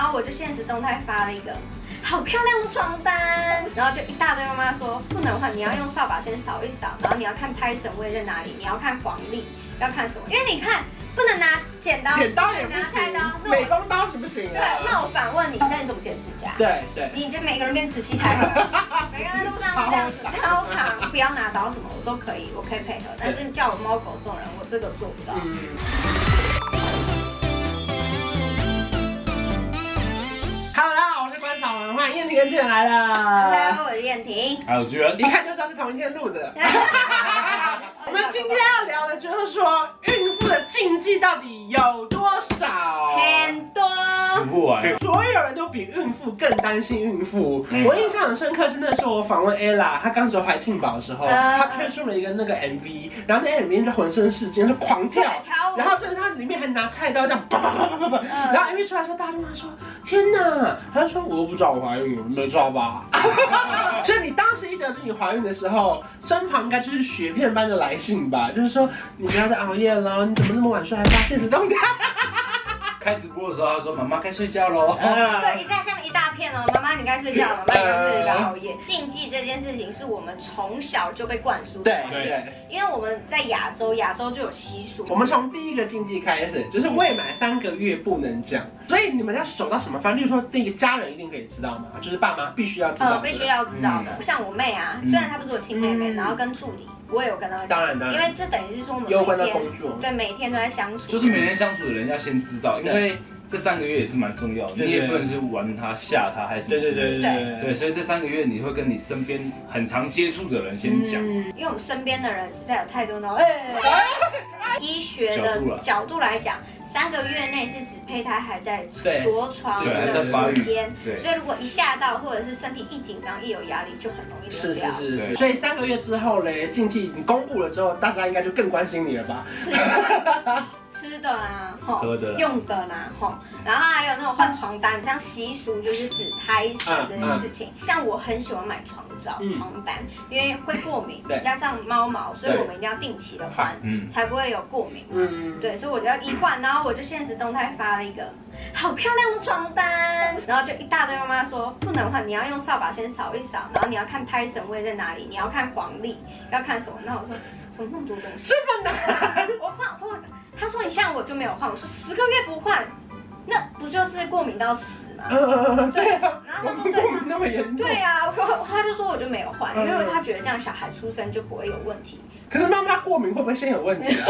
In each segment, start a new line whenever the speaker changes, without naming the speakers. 后我就现实动态发了一个好漂亮的床单，然后就一大堆妈妈说不能换，你要用扫把先扫一扫，然后你要看 Tyson 位在哪里，你要看黄历，要看什么，因为你看不能拿剪刀，
剪刀也不
拿菜
行
刀，那，
美
我
工刀是不行啊
对，
的。
那我反问你，那你怎么剪指甲？
对对，
你就每个人变慈禧太后， 每个人都这样这样子，超长，不要拿刀什么，我都可以，我可以配合。但是叫我猫狗送人，我这个做不到。
嗯。Hello，大家好，我是观潮文化燕婷跟倩来 了。
Hello，我是燕婷。
还有居然
一看就知道是同一天录的。 我们今天要聊的就是说，孕妇的禁忌到底有多少？
很多，
数不完啊，
所有人都比孕妇更担心孕妇。
嗯
我印象很深刻是那时候我访问 Ella，她刚时候怀庆宝的时候，
嗯
她推出了一个那个 MV，然后那 MV 就浑身是劲，就狂跳
对，跳舞
然后就是她里面还拿菜刀这样叭叭叭叭叭叭，
嗯
然后 MV 出来的时候，大家都问她说：“天哪！”她就说：“我都不知道我怀孕了，没抓 吧？”所以你当时一得知你怀孕的时候，身旁应该就是雪片般的来信吧，就是说你不要再熬夜了，你怎么那么晚睡还发现实 动态？
开直播的时候，他说妈妈该睡觉喽。
嗯
对，一大像一大片哦。妈妈，你该睡觉了，妈妈你该熬夜。呃禁忌这件事情是我们从小就被灌输的
对，对。
因为我们在亚洲，亚洲就有习俗。
我们从第一个禁忌开始，就是未满三个月不能讲。所以你们要守到什么？反正例如说，那个家人一定可以知道嘛，就是爸妈必须要知道。
呃必须要知道的。像我妹啊，虽然她不是我亲妹妹，然后跟助理，我也有跟她
对不对。当然当
因
然，
为这等于是说我们
攸关到
每天
工作。
对每天都在相处，
就是每天相处的人要先知道，因
对
为这三个月也是蛮重要的，
对
你
对
也不能是玩他、吓他还是什
对
么之
对
类的。
对对
对，所以这三个月你会跟你身边很常接触的人先
嗯
讲，
因为我们身边的人实在有太多那种，嗯哎，医学的角度来讲，三个月内是指胚胎还在
对
着床
对，还
的
在发
时
育，
间，
对，
所以如果一吓到或者是身体一紧张一有压力，就很容易
是
流
是
掉。
是是，
对
所以三个月之后嘞，禁忌你公布了之后，大家应该就更关心你了吧？
吃的啊 吃的啦，吼，
喝的啦，
用的啦，吼，然后还有那种换床单，像习俗就是指胎死这件事
嗯
情。像我很喜欢买床罩、
嗯
床单，因为会过敏
对，
加上猫毛，所以
对
我们一定要定期的换，
嗯，
才不会有过敏。
嗯，
对，所以我就要一换，然后我就现实动态发了一个好漂亮的床单，然后就一大堆妈妈说不能换，你要用扫把先扫一扫，然后你要看 Tyson 位在哪里，你要看黄历，要看什么。那我说怎么那么多东西？
这么难，
我换我换，他说你像我就没有换，我说十个月不换，那不就是过敏到死吗？
呃， 对啊，
然后
我
他
们
说对
过敏
啊。
那么严重
对，啊，我他就说我就没有换，因为
嗯
他觉得这样小孩出生就不会有问题。
可是妈妈过敏会不会先有问题啊？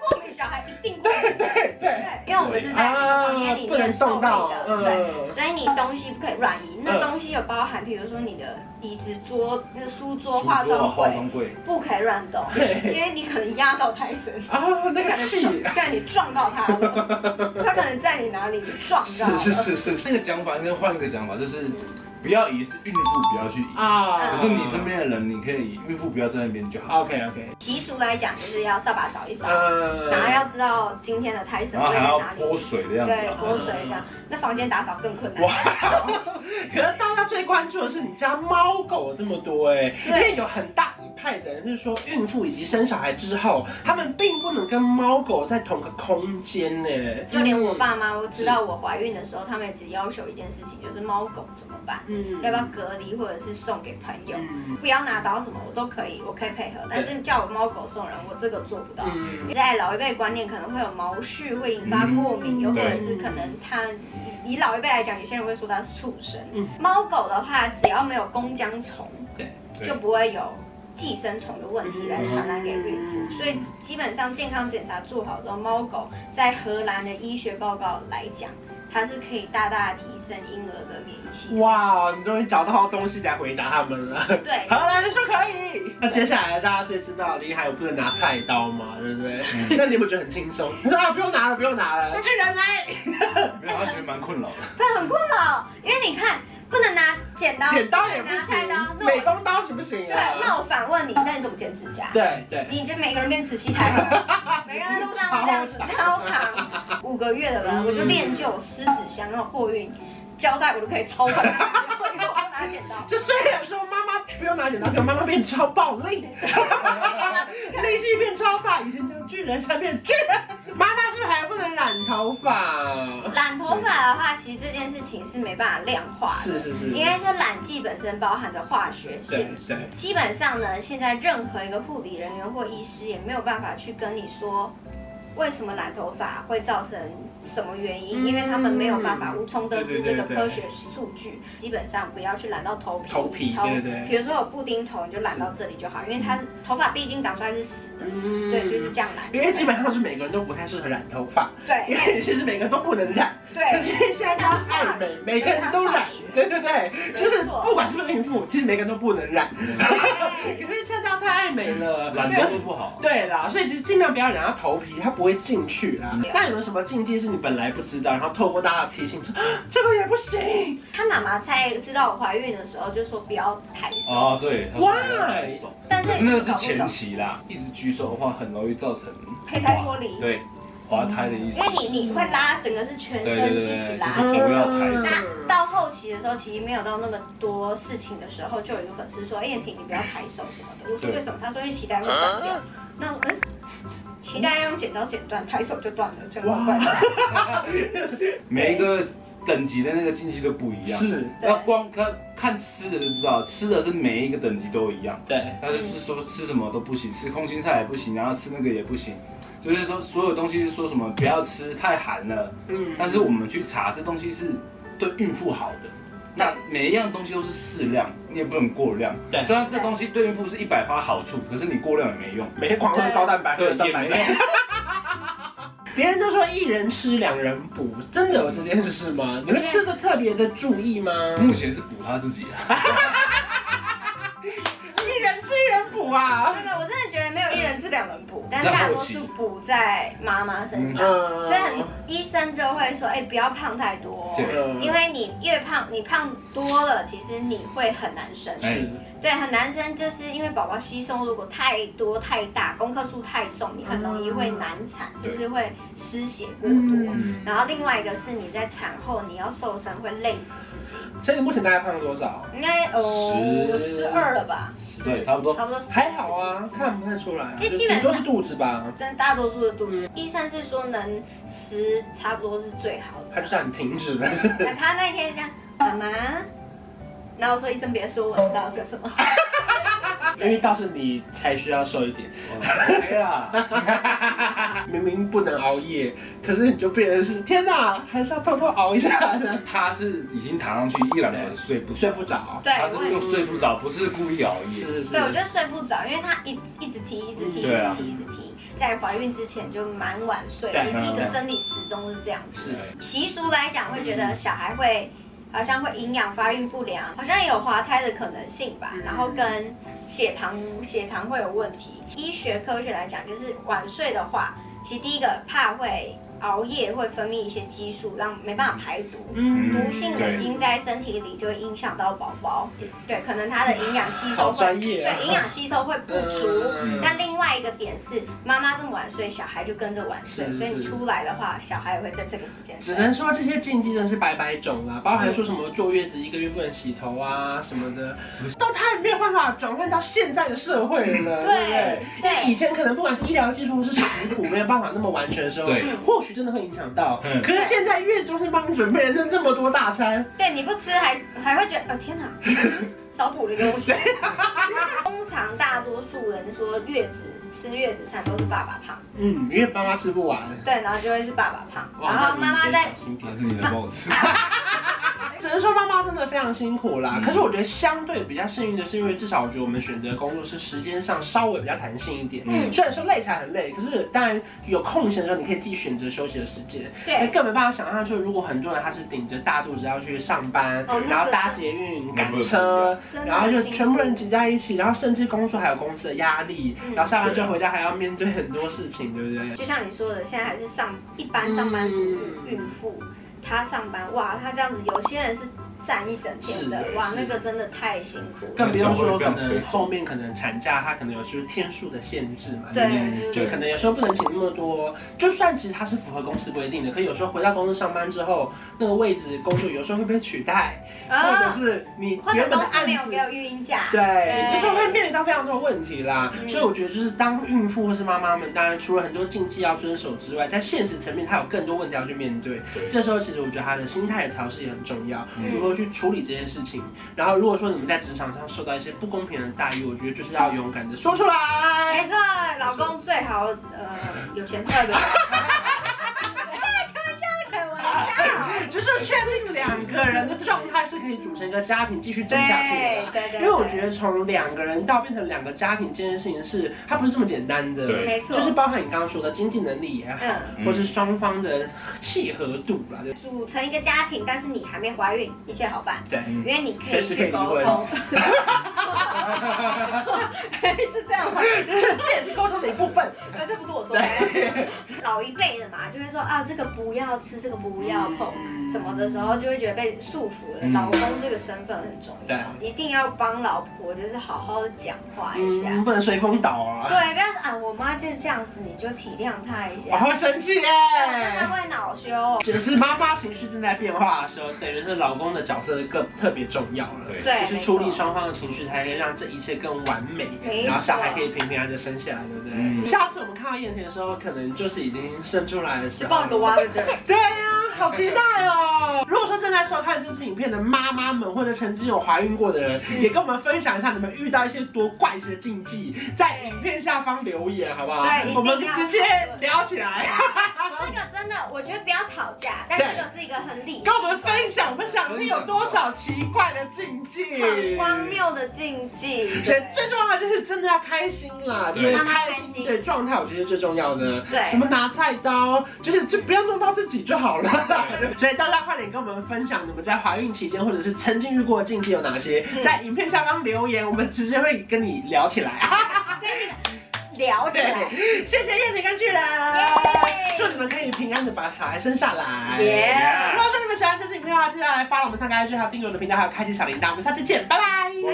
过敏小孩一定过敏，
对对， 啊
对，因为我们是在一个房间里
不能
面受
动
理
到，
的，对。
嗯，
所以你东西不可以乱移，那
嗯
东西有包含，比如说你的椅子、桌、那个书桌、
书
化
桌
妆
化
柜，
妆柜，
不可以乱 动，因
对，
为你可能压到胎神，
啊，那个气，
对，你撞到他了，他可能在你哪里，你撞到了。
是是是是
那个讲法应该换一个讲法，就是不要以是孕妇不要去以，
啊
可是你身边的人你可以孕妇不要在那边就好，
OK OK，
习俗来讲，就是要扫把扫一扫，
呃
然后要知道今天的胎神
然后
会
还
在
要
哪里，
泼水的样子
对，
啊，
泼水这样，那房间打扫更困难。
哇，可是大家最关注的是你家猫狗这么多哎、因为有很大一派的人就是说，孕妇以及生小孩之后，他们并不能跟猫狗在同个空间哎呢、
就连我，爸妈，我知道我怀孕的时候，他们也只要求一件事情，就是猫狗怎么办，
嗯
要不要隔离或者是送给朋友。
嗯
不要拿刀什么，我都可以，我可以配合。但是叫我猫狗送人，我这个做不到。
嗯，
在老一辈观念，可能会有毛絮会引发过敏，
嗯
又或者
对
是可能它以老一辈来讲，有些人会说它是畜生。
嗯
猫狗的话，只要没有弓浆虫，
对，
就不会有寄生虫的问题来传染给孕妇。
嗯
所以基本上健康检查做好之后，猫狗在荷兰的医学报告来讲，它是可以大大地提升婴儿的免疫 系统。
哇，你终于找到东西来回答他们了。
对
荷，兰人说可以。那接下来大家最知道的，林海有不能拿菜刀嘛，对 不对？
嗯
那你有没有觉得很轻松？ 你说啊，不用拿了，不用拿了，去人来，
没有，他觉得蛮困扰的，
但哎很困扰，因为你看，不能 拿剪刀，
剪刀也不
拿菜
行
刀，那，
美
我
工刀是不行
对，
啊。
那我反问你，那你怎么剪指甲？
对对，
你就每个人变慈禧太 后，每个人都这样这样子，超长，五个月的吧，
嗯
我就练就有狮子箱那种货运胶带，我都可以超快撕，我都拿拿剪 刀。
就虽然说妈妈不用拿剪刀，可妈妈变超暴力，力气变超大，以前叫巨人，现在变巨人。妈妈是不是还不能染头发？
染头发的话，其实这件事情是没办法量化的，
是是是，
因为这染剂本身包含着化学
对
性。
对，
基本上呢，现在任何一个护理人员或医师也没有办法去跟你说为什么染头发会造成什么原因，
嗯
因为他们没有办法无从得
对
知
对
这
对
个
对
科学数据。基本上不要去染到头皮，
头皮
超
对对
比如说有布丁头，你就染到这里就好，因为它头发毕竟长出来是死的，
嗯
对，就是这样染。
因为基本上是每个人都不太适合染头发，
对
因为其实每个人都不能染，可
对
是因为现在大家爱美，每个人都染，对对对，就是 不管是不是孕妇，其实每个人都不能染，可是现在大家太爱美了，
懒惰会不好。
对啦，所以其实尽量不要染到头皮，它不会进去啦
对。
那有没有什么禁忌是你本来不知道，然后透过大家的提醒说啊
嗯
这个也不行
他妈妈在知道我怀孕的时候就说不要抬手，
哦，对，他说
Why？
手
但是
可是那个是前期啦，一直举手的话，很容易造成
胚胎脱离，
对滑胎的意思
因为。你你会拉整个是全
对对对
身
对
一起拉
就
线
是。不要抬手
那
嗯
到后期的时候，其实没有到那么多事情的时候，就有一个粉丝说：“哎，燕婷，你不要抬手什么的。”我说：“
对
为什么？”他说：“因为脐带会断掉。”那我嗯，脐带要用剪刀剪断，抬手就断了，真的怪。
每一个等级的那个禁忌都不
嗯
一样。
是，
对
那光看看吃的就知道，吃的是每一个等级都一样。
对，
那就是说吃什么都不行，吃空心菜也不行，然后吃那个也不行，就是说所有东西是说什么不要吃太寒了。
嗯
但是我们去查，这东西是对孕妇好的。那每一样东西都是适量，你也不能过量。
对
虽然这东西对孕妇是一百发好处，可是你过量也没用。
每天狂喝高蛋白，喝啊三
也
百
没
倍。
用。
别人都说一人吃两人补，真的有这件事吗？你会吃的特别的注意吗？
嗯
目前是补他自己啊。
一人吃一人补啊。
真的，我真的觉得没有一人吃两人补，但大多数补在妈妈身上，
嗯
所以很医生就会说：“哎，不要胖太多。”
对
嗯
因为你越胖，你胖多了，其实你会很难生。
哎
是
对，很难生，就是因为宝宝吸收如果太多太大，功课数太重，你很容易会难产，
嗯
就是会失血过多。
嗯，
然后另外一个是你在产后你要瘦身会累死自己，
所以你目前大概胖了多少？
应该哦
十
十二了吧？
对差不多
差不多十
还好。啊，看不太出来啊。
这基本上
顶多是肚子吧，
但大多数的肚子，医生是说能十差不多是最好的。
它就是很停止了。
那他那天这样，妈妈，然后我说医生别说，我知道是什么。
因为倒是你才需要瘦一点，
OK 啦，
明明不能熬夜，可是你就变成是天哪，还是要偷偷熬一下呢，
他是已经躺上去一两个小时睡不
睡
着，
不着。
对，
啊他是
我也
又睡不着，不是故意熬夜。
是是是
对，我就睡不着，因为他一一直踢，一直踢，一
嗯对
直
啊
踢，一直踢。在怀孕之前就蛮晚睡，
对
你是一
嗯
个
嗯
生理时钟是这样子。
是
习俗来讲，会觉得小孩会好像会营养发育不良，好像也有滑胎的可能性吧
嗯，
然后跟血糖血糖会有问题。医学科学来讲，就是晚睡的话，其实第一个怕会熬夜会分泌一些激素，让没办法排毒。
嗯
毒性
对
已经在身体里就会影响到宝宝，
对
可能他的营养吸收
好
会，
专业啊
对，营养吸收会不足。
嗯
那另外一个点是，妈妈这么晚睡，小孩就跟着晚睡，
是
所以你
是嗯
出来的话，小孩也会在这个时间
只
睡。
能说这些禁忌真的是百百种啦，包含说什么坐月子一个月不能洗头啊什么的，都太没有办法转换到现在的社会了，对不对
对？
因为
对
以前可能不管是医疗技术或是食谱没有办法那么完全的时候
对，
或许真的会影响到。
嗯
可是现在月子中心帮你准备了那那么多大餐，
对，你不吃还还会觉得，哦天哪，少补了一个 东西。通常大多数人说月子吃月子餐都是爸爸胖，
嗯，因为妈妈吃不完。
对，然后就会是爸爸胖，
哇
然后妈妈在
小心点
还是你的帽子。
只能说妈妈真的非常辛苦啦。
嗯
可是我觉得相对比较幸运的是，因为至少我觉得我们选择工作是时间上稍微比较弹性一点。
嗯
虽然说累才很累，可是当然有空闲的时候，你可以自己选择休息的时间。那
对
更没办法想象，就是如果很多人他是顶着大肚子要去上班，
哦那个
然后搭捷运、
那
赶
个
车，
真的
然后
很
就
辛苦
全部人挤在一起，然后甚至工作还有公司的压力，
嗯
然后下班之后回家还要面对很多事情，对不对？
就像你说的，现在还是上一般上班族
嗯
孕妇，她上班哇，她这样子，有些人是站一整天的
是，
哇，
是
那个真的太辛苦了。
更不用说可
那种会非
能
常
后面可能产假它可能有就是天数的限制嘛，
对
不
对
就可能有时候不能请那么多，就算其实它是符合公司规定的，可有时候回到公司上班之后，那个位置工作有时候会被取代，或者是你
啊或者
原
公
本的
司
案
没有
子
给。我育婴假，
对，
对
就是会面临到非常多的问题啦，
嗯
所以我觉得就是当孕妇或是妈妈们，当然除了很多禁忌要遵守之外，在现实层面她有更多问题要去面对。
对
这时候其实我觉得她的心态的调试也很重要，
嗯
如何去处理这件事情。然后如果说你们在职场上受到一些不公平的待遇，我觉得就是要勇敢的说出来。
没错，老公最好呃有钱赚的。
啊
开玩笑，开玩笑。
就是确定两个人的状态是可以组成一个家庭继续走
对
下去的啦。
对对，
因为我觉
得
得从两个人到变成两个家庭这件事情是，它不是这么简单的。
对
没错，
就是包含你刚刚说的经济能力也好，
嗯，
或是双方的契合度啦，对
组成一个家庭，但是你还没怀孕，一切好办，
对。
因为你可
嗯随
以
时可以
去
离
沟
婚
通。 是这样吗？
这也是沟通的一部分。
呃，这不是我说的。 老一辈的嘛，就会说啊，这个不要吃，这个不要碰。
嗯
什么的时候，就会觉得被束缚了。
嗯
老公这个身份很重
对
要，一定要帮老婆，就是好好的讲话一下。
嗯，不能随风倒啊，
对，不要说啊，我妈就是这样子，你就体谅她一
我
下。
会生气耶。
真 的会恼羞哦。
只是妈妈情绪正在变化的时候，等于是老公的角色更特别重要了。
对
对，
就是处理双方的情绪，才可以让这一切更完美
没，错
然后小孩可以平平安安的生下来，对不对？
嗯
下次我们看到燕婷的时候，可能就是已经生出来的时
就
候，
抱个娃在这里。
对呀、好期待哦！如果说正在收看这支影片的妈妈们，或者曾经有怀孕过的人，
嗯
也跟我们分享一下你们遇到一些多怪异的禁忌，在影片下方留言，好不好？
对一定要
我们直接聊起来，
这个真的，我觉得不要吵架，但这个是一个很理性
跟我们分享，我们想听有多少奇怪的禁忌，
很荒。谬的禁忌。
最最重要的就是真的要开心啦，
对
就是
妈妈
开
开
心
心，
对状态我觉得是最重要的。
对
什么拿菜刀，就是就不要弄到自己就好了。
对
所以大家快点跟我们分享你们在怀孕期间或者是曾经遇过的禁忌有哪些，
嗯
在影片下方留言，我们直接会跟你聊起来。
跟你聊起来。
对，谢谢燕婷跟巨人，祝你们可以平安的把小孩生下来。
耶
Yeah
如果说你们喜欢这支影片的话，记得来发了我们三个 IG，还有订阅我的频道，还有开启小铃铛。我们下期见，拜拜。
Oh